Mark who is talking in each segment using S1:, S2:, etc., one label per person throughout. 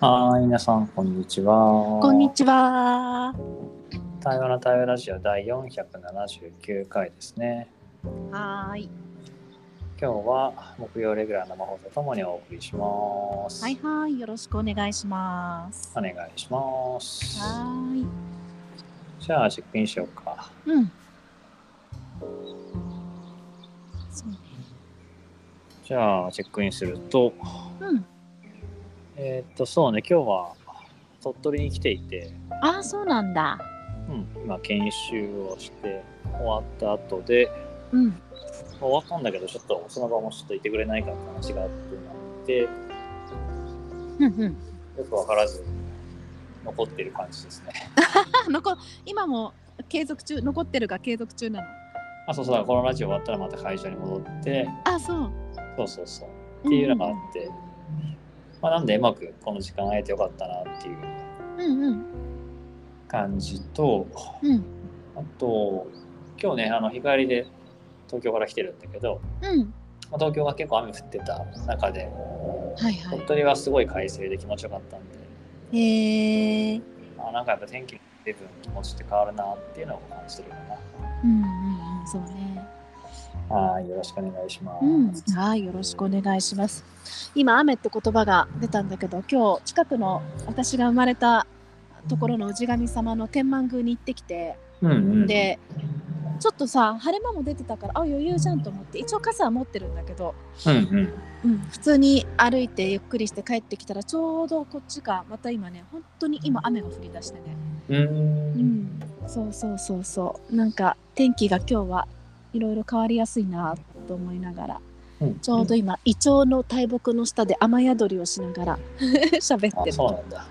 S1: はい、皆さん、こんにちは。
S2: こんにちは。
S1: 台湾の台湾ラジオ第479回ですね。
S2: はーい。
S1: 今日は木曜レギュラー生放送ともにお送りします。
S2: はいはい。よろしくお願いします。
S1: お願いします。
S2: はーい。
S1: じゃあ、出品しようか。
S2: うん。そうね。
S1: じゃあ、チェックインすると、
S2: うん。
S1: えーっと、そうね、今日は鳥取に来ていて、
S2: ああ、そうなんだ。
S1: うん、今、研修をして終わった後で、
S2: うん。
S1: 終わったんだけど、ちょっとその場もちょっといてくれないかって話があってなって、
S2: うんうん。
S1: よくわからず残ってる感じですね。
S2: あ、残今も継続中残ってるが継続中なの。
S1: あそうそうだからこのラジオ終わったらまた会社に戻って
S2: あ、そう。
S1: そうそうそうっていうのがあって、まあ、なんでうまくこの時間会えてよかったなっていう
S2: うんうん。
S1: 感じと
S2: うん
S1: あと今日ねあの日帰りで東京から来てるんだけど、
S2: うん。
S1: まあ、東京が結構雨降ってた中で
S2: はいは
S1: 鳥取はすごい快晴で気持ちよかったんで、
S2: い。へえ。
S1: あなんかやっぱ天気の部分気持ちって変わるなっていうのを感じてるか
S2: うんうんうん。そうね。
S1: なはいよろしくお願いします、
S2: うん、はい、よろしくお願いします。今雨って言葉が出たんだけど、今日近くの私が生まれたところの氏神様の天満宮に行ってきて、
S1: うんうん
S2: で、ちょっとさ晴れ間も出てたから、あ余裕じゃんと思って、一応傘は持ってるんだけど、
S1: うんうん
S2: うん、普通に歩いてゆっくりして帰ってきたらちょうどこっちがまた今ね、本当に今雨が降り出してね。
S1: うー
S2: うんん、そうそうそうそう。なんか天気が今日はいろいろ変わりやすいなと思いながら。
S1: うん
S2: ちょうど今、イチョウの大木の下で雨宿りをしなが ら喋っ
S1: あ
S2: てる。
S1: そ
S2: そう
S1: なんだ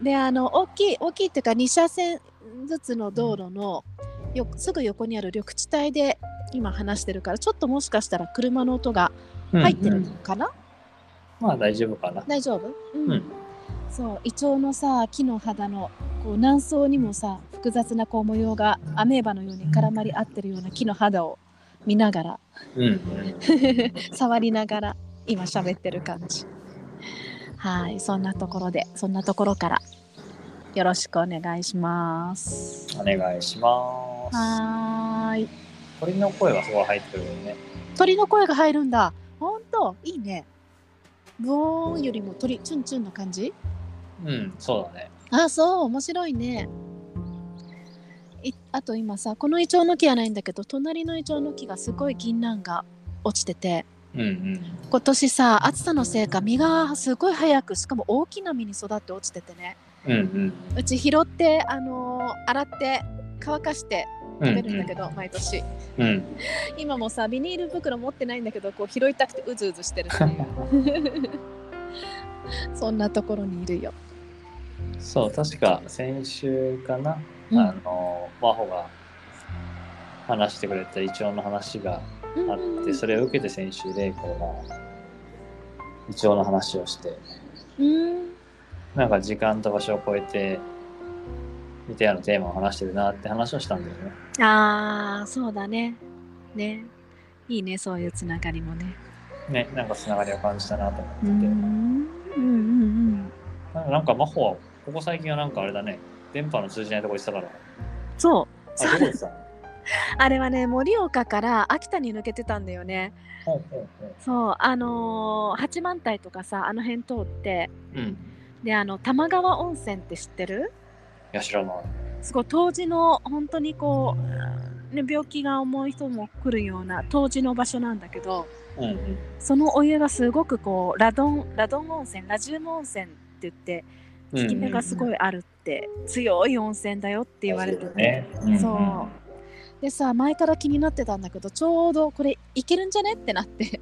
S2: うで、あの、大きい、大きいっていうか、2車線ずつの道路のよすぐ横にある緑地帯で今話してるから、ちょっともしかしたら車の音が入ってるのかな、
S1: まあ大丈夫かな。
S2: 大丈夫うん。
S1: うん
S2: そう、イチョウのさ、木の肌のこう何層にもさ、複雑なこう模様がアメーバのように絡まり合ってるような木の肌を見ながら
S1: うん、
S2: 触りながら今喋ってる感じはいそんなところでそんなところからよろしくお願いします
S1: お願いします。
S2: はーい
S1: 鳥の声がすごい入ってくるよね。
S2: 鳥の声が入るんだほんといいねブオーンよりも鳥チュンチュンの感じ
S1: うん、そうだね。
S2: あそう面白いねいあと今さこのイチョウの木はないんだけど隣のイチョウの木がすごい銀杏が落ちてて
S1: うん
S2: 今年さ暑さのせいか実がすごい早くしかも大きな実に育って落ちててね
S1: うん。うん
S2: うち拾って、あのー洗って乾かして
S1: うん。
S2: 食べるんだけど、毎年
S1: ど。うん。
S2: 今もさビニール袋持ってないんだけどこう拾いたくてうずうずしてるっていうそんなところにいるよ、
S1: そう、確か先週かな。
S2: うん、
S1: あの、真帆が話してくれたイチョウの話があ
S2: うん
S1: って、それを受けて先週レイコがイチョウの話をして、
S2: うん
S1: なんか時間と場所を超えて、似たようなテーマを話してるなって話をしたんだよね。
S2: あーそうだねねいいねそういうつながりもね
S1: ね、なんかつながりを感じたなと思って
S2: う
S1: て。
S2: んうんうん
S1: なんかなんか真帆は、ここ最近はなんかあれだね、電波の通じないとこ行ってたから、
S2: そう
S1: あ、どこ行ってたの
S2: あれはね盛岡から秋田に抜けてたんだよね
S1: ほうほうほ
S2: そうあのー八幡平とかさあの辺通って
S1: う。うん。い
S2: であの玉川温泉って知ってる
S1: や、知らない。
S2: すごい当時の本当にこう、ね、病気が重い人も来るような当時の場所なんだけど
S1: うんうん。
S2: そのお湯がすごくこうラドンラドン温泉ラジウム温泉って言って効き目がすご
S1: い
S2: いあるって、強い温泉だよって言われてて、
S1: ね。
S2: そうでさ前から気になってたんだけどちょうどこれ行けるんじゃねってなって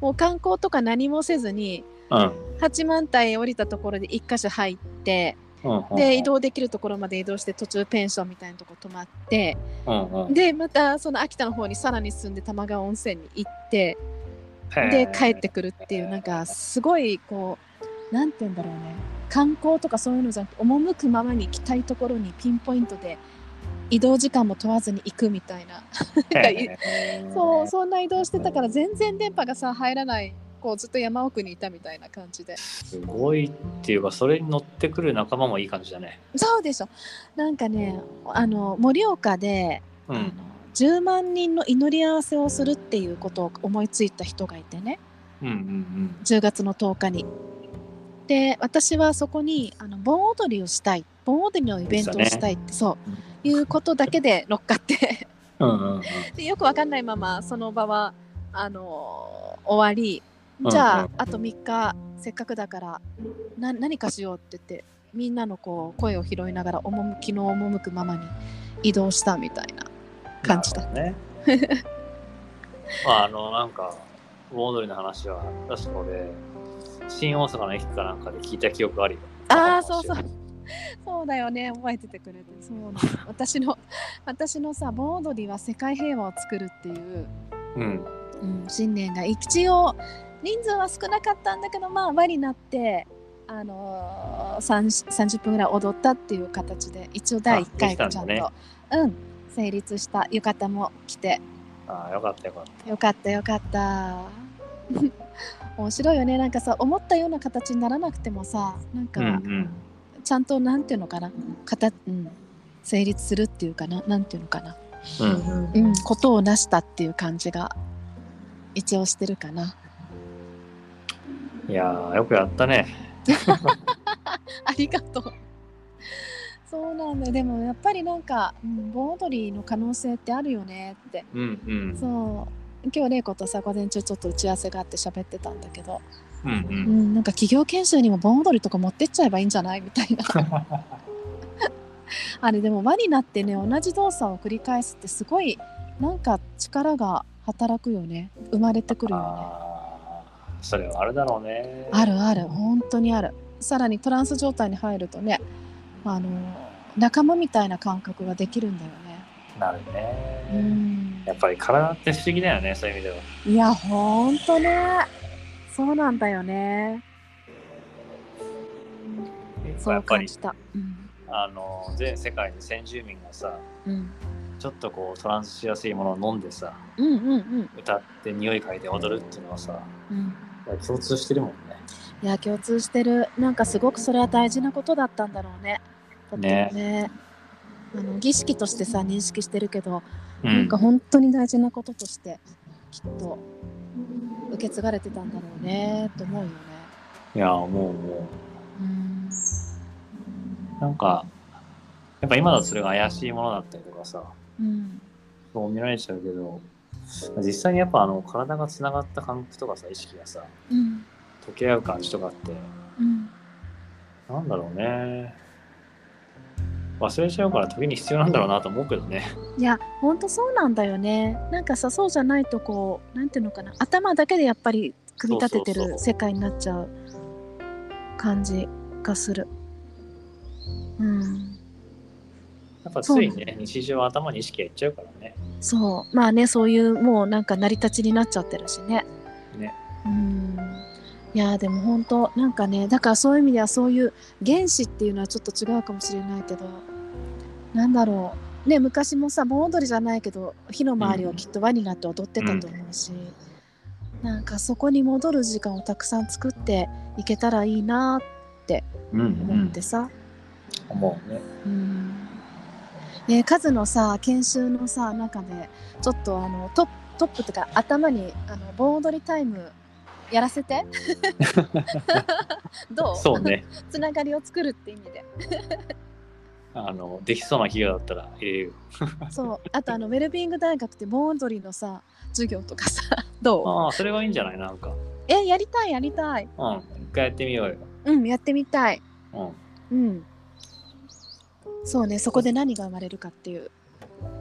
S2: もう観光とか何もせずに
S1: うん。
S2: 八幡平へ降りたところで一箇所入って
S1: うんうん。
S2: で移。動できるところまで移動して途中ペンションみたいなとこ泊まって
S1: うんうん。
S2: でまたその秋田の方にさらに進んで玉川温泉に行ってで帰ってくるっていうなんかすごいこうなんて言うんだろうね観光とかそういうのじゃなくて赴くままに行きたいところにピンポイントで移動時間も問わずに行くみたいな
S1: く
S2: かそうそんな移動してたから全然電波がさ入らないここうずっと山奥にいたみたいな感じです
S1: ごいっていうかそれに乗ってくる仲間もいい感じだね
S2: そうでしょなんかねあの盛岡で、
S1: う
S2: あの
S1: ん
S2: 10万人の祈り合わせをするっていうことを思いついた人がいてね
S1: うんうん
S2: 10月の10日に。で私はそこにあの盆踊りをしたい盆踊りのイベントをしたいって、そういうことだけで乗っかって。
S1: うんうんうんうん
S2: でよくわかんないままその場はあのー終わりじゃあ、
S1: うん
S2: あと3日せっかくだからな何かしようって言ってみんなのこう声を拾いながら赴きの赴くままに移動したみたいな感じだ。
S1: な るほどねまああのなんか盆踊りの話は確か俺新大阪の駅かなんかで聞いた記憶あるよ
S2: ああそうそうそうだよね覚えててくれてそうなの私の私のさ盆踊りは世界平和を作るっていう、
S1: うん
S2: うん、信念が一応人数は少なかったんだけどまあ輪になって、あのー、30, 30分ぐらい踊ったっていう形で一応第1回
S1: あ
S2: が
S1: でき
S2: ち
S1: た
S2: ゃ
S1: ん
S2: ん
S1: だ
S2: と
S1: ね
S2: うん、成立した浴衣も着て
S1: ああよかったよかった
S2: よかったよかった 面白いよねなんかさ思ったような形にならなくてもさなんか、
S1: うんうん
S2: ちゃんとなんていうのかな形、うん、成立するっていうかななんていうのかな、
S1: うん
S2: うん、ことを成したっていう感じが一応してるかな。
S1: うんいやーよくやったね
S2: ありがとう。そうなんだよでもやっぱりなんか、うん、盆踊りの可能性ってあるよねって
S1: うんうん
S2: そう今日玲子とさ午前中ちょっと打ち合わせがあって喋ってたんだけど、
S1: うんう
S2: うんん、なんか企業研修にも盆踊りとか持ってっちゃえばいいんじゃないみたいなあれでも輪になってね同じ動作を繰り返すってすごいなんか力が働くよね生まれてくるよね
S1: あーそれはあるだろうね
S2: あるある本当にあるさらにトランス状態に入るとねあの仲間みたいな感覚ができるんだよね
S1: なるね、
S2: うん
S1: やっぱり体って不思議だよねそういう意味ではい
S2: や本当ねそうなんだよねそ
S1: や
S2: う
S1: っぱ
S2: 感
S1: り
S2: じたうん
S1: あの全世界に先住民がさ
S2: うん
S1: ちょっとこうトランスしやすいものを飲んでさ
S2: うんうんうん
S1: 歌って匂い嗅いで踊るっていうのはさ
S2: うん
S1: 共通してるもんね
S2: いや共通してるなんかすごくそれは大事なことだったんだろうねとってもねあの儀式としてさ認識してるけど、
S1: う
S2: なんか本当に大事なこととしてきっと受け継がれてたんだろうねと思うよね。
S1: いやもうも
S2: うん
S1: うなんかやっぱ今だとそれが怪しいものだったりとかさ
S2: うん
S1: そう見られちゃうけど実際にやっぱあの体がつながった感覚とかさ意識がさ
S2: うん
S1: 溶け合う感じとかって
S2: うん
S1: なんだろうね忘れちゃうから時に必要なんだろうなと思うけどね
S2: いやほんとそうなんだよねなんかさそうじゃないとこうなんていうのかな頭だけでやっぱり組み立てて
S1: そうそうそう
S2: る世界になっちゃう感じがする。うん
S1: やっぱついね日常は頭に意識がいっちゃうからね
S2: そうまあねそういうもうなんか成り立ちになっちゃってるしね。
S1: ね
S2: うんいやーでも本当なんかねだからそういう意味ではそういう原子っていうのはちょっと違うかもしれないけどなんだろうね昔もさ盆踊りじゃないけど火の周りをきっと輪になって踊ってたと思うし、なんかそこに戻る時間をたくさん作っていけたらいいな
S1: うん
S2: と思ってさ、
S1: 思うね
S2: うんね、カズのさ研修のさ中でちょっとあのトップトップとか頭にあの盆踊りタイムやら せてどう
S1: そうね
S2: つながりを作るって意味で
S1: あのできそうな企業だったら入れる
S2: そうあとあのウェルビーイング大学って盆踊りのさ授業と かさど
S1: ああそれはいいんじゃないなんか
S2: うえやりたいやりたい
S1: うん一回やってみようよ
S2: うんやってみたい
S1: うん
S2: うんそうねそこで何が生まれるかっていう、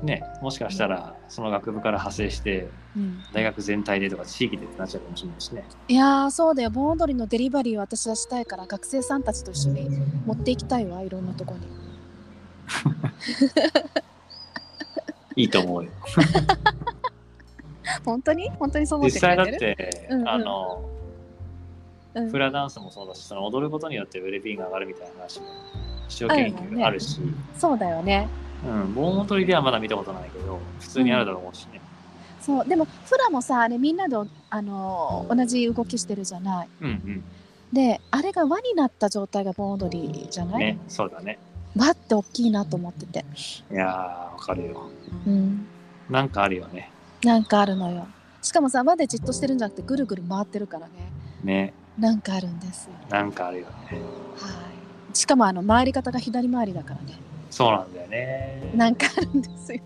S1: ねもしかしたらその学部から派生して
S2: うん、
S1: 大学全体でとか地域でってなっちゃうかもしれないしね
S2: いやーそうだよ盆踊りのデリバリーを私はしたいから学生さんたちと一緒に持っていきたいわいろんなとこに
S1: いいと思う よ
S2: 本当に本当にそう思
S1: 実
S2: ってくれ
S1: 際だって
S2: る
S1: て、
S2: うんうん
S1: あの
S2: うん
S1: フラダンスもそうだしその踊ることによってウェルビーイングが上がるみたいな話も視聴研究があるし
S2: そうだよね
S1: うん盆踊りではまだ見たことないけど普通にあるだろうしね、
S2: そうでもフラもさあれみんなであの同じ動きしてるじゃない
S1: うん
S2: であれが輪になった状態が盆踊りじゃ
S1: う。
S2: なんい、
S1: ね、そうだね。
S2: 輪って大きいなと思ってて、
S1: いやー、わかるよ。
S2: うん、
S1: なんかあるよね。
S2: なんかあるのよしかもさ輪でじっとしてるんじゃなくてぐるぐる回ってるからね
S1: ね、
S2: なんかあるんですよ
S1: なんかあるよね。
S2: はいしかもあの回り方が左回りだからね
S1: そうなんだよね。
S2: なんかあるんですよ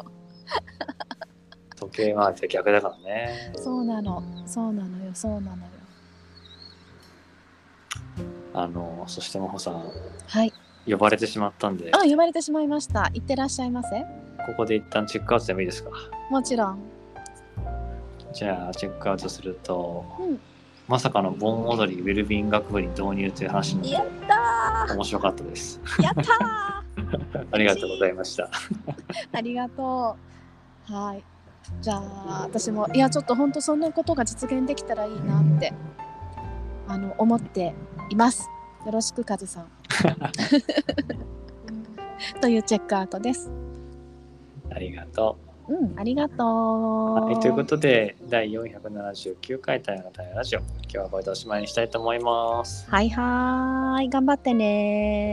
S1: 時計回りと逆だからね。
S2: そうなのそうなのよそうなのよ
S1: あの、そしてもほさん、
S2: はい
S1: 呼ばれてしまったんで、
S2: あ呼ばれてしまいましたいってらっしゃいませ
S1: ここで一旦チェックアウトでもいいですか。
S2: もちろん
S1: じゃあ、チェックアウトすると、
S2: うん
S1: まさかの盆踊りウェルビーイング学部に導入という話にな
S2: や
S1: っ
S2: った
S1: て面白かったです。
S2: ー やったー
S1: ありがとうございました。
S2: ありがとう。はい。じゃあ私もいやちょっと本当そんなことが実現できたらいいなってあの思っています。よろしくカズ さん。というチェックアウトです。
S1: ありがと
S2: うん、ありがと
S1: う。
S2: う。
S1: はい、というこ
S2: は
S1: とで、第479回太陽の太陽ラジオ、今日はこれでおしまいにしたいと思います。
S2: いはーい、頑張って
S1: あり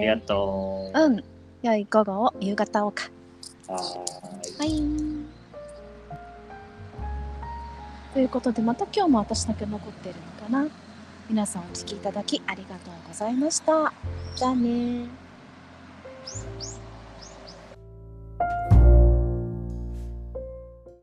S1: が
S2: ね
S1: とう。
S2: ー。うん、良い午後を夕方をか。
S1: はーい
S2: はい。ということで、また今日も私だけ残ってるのかな。皆さんお聞きいただきありがとうございました。じゃあねー。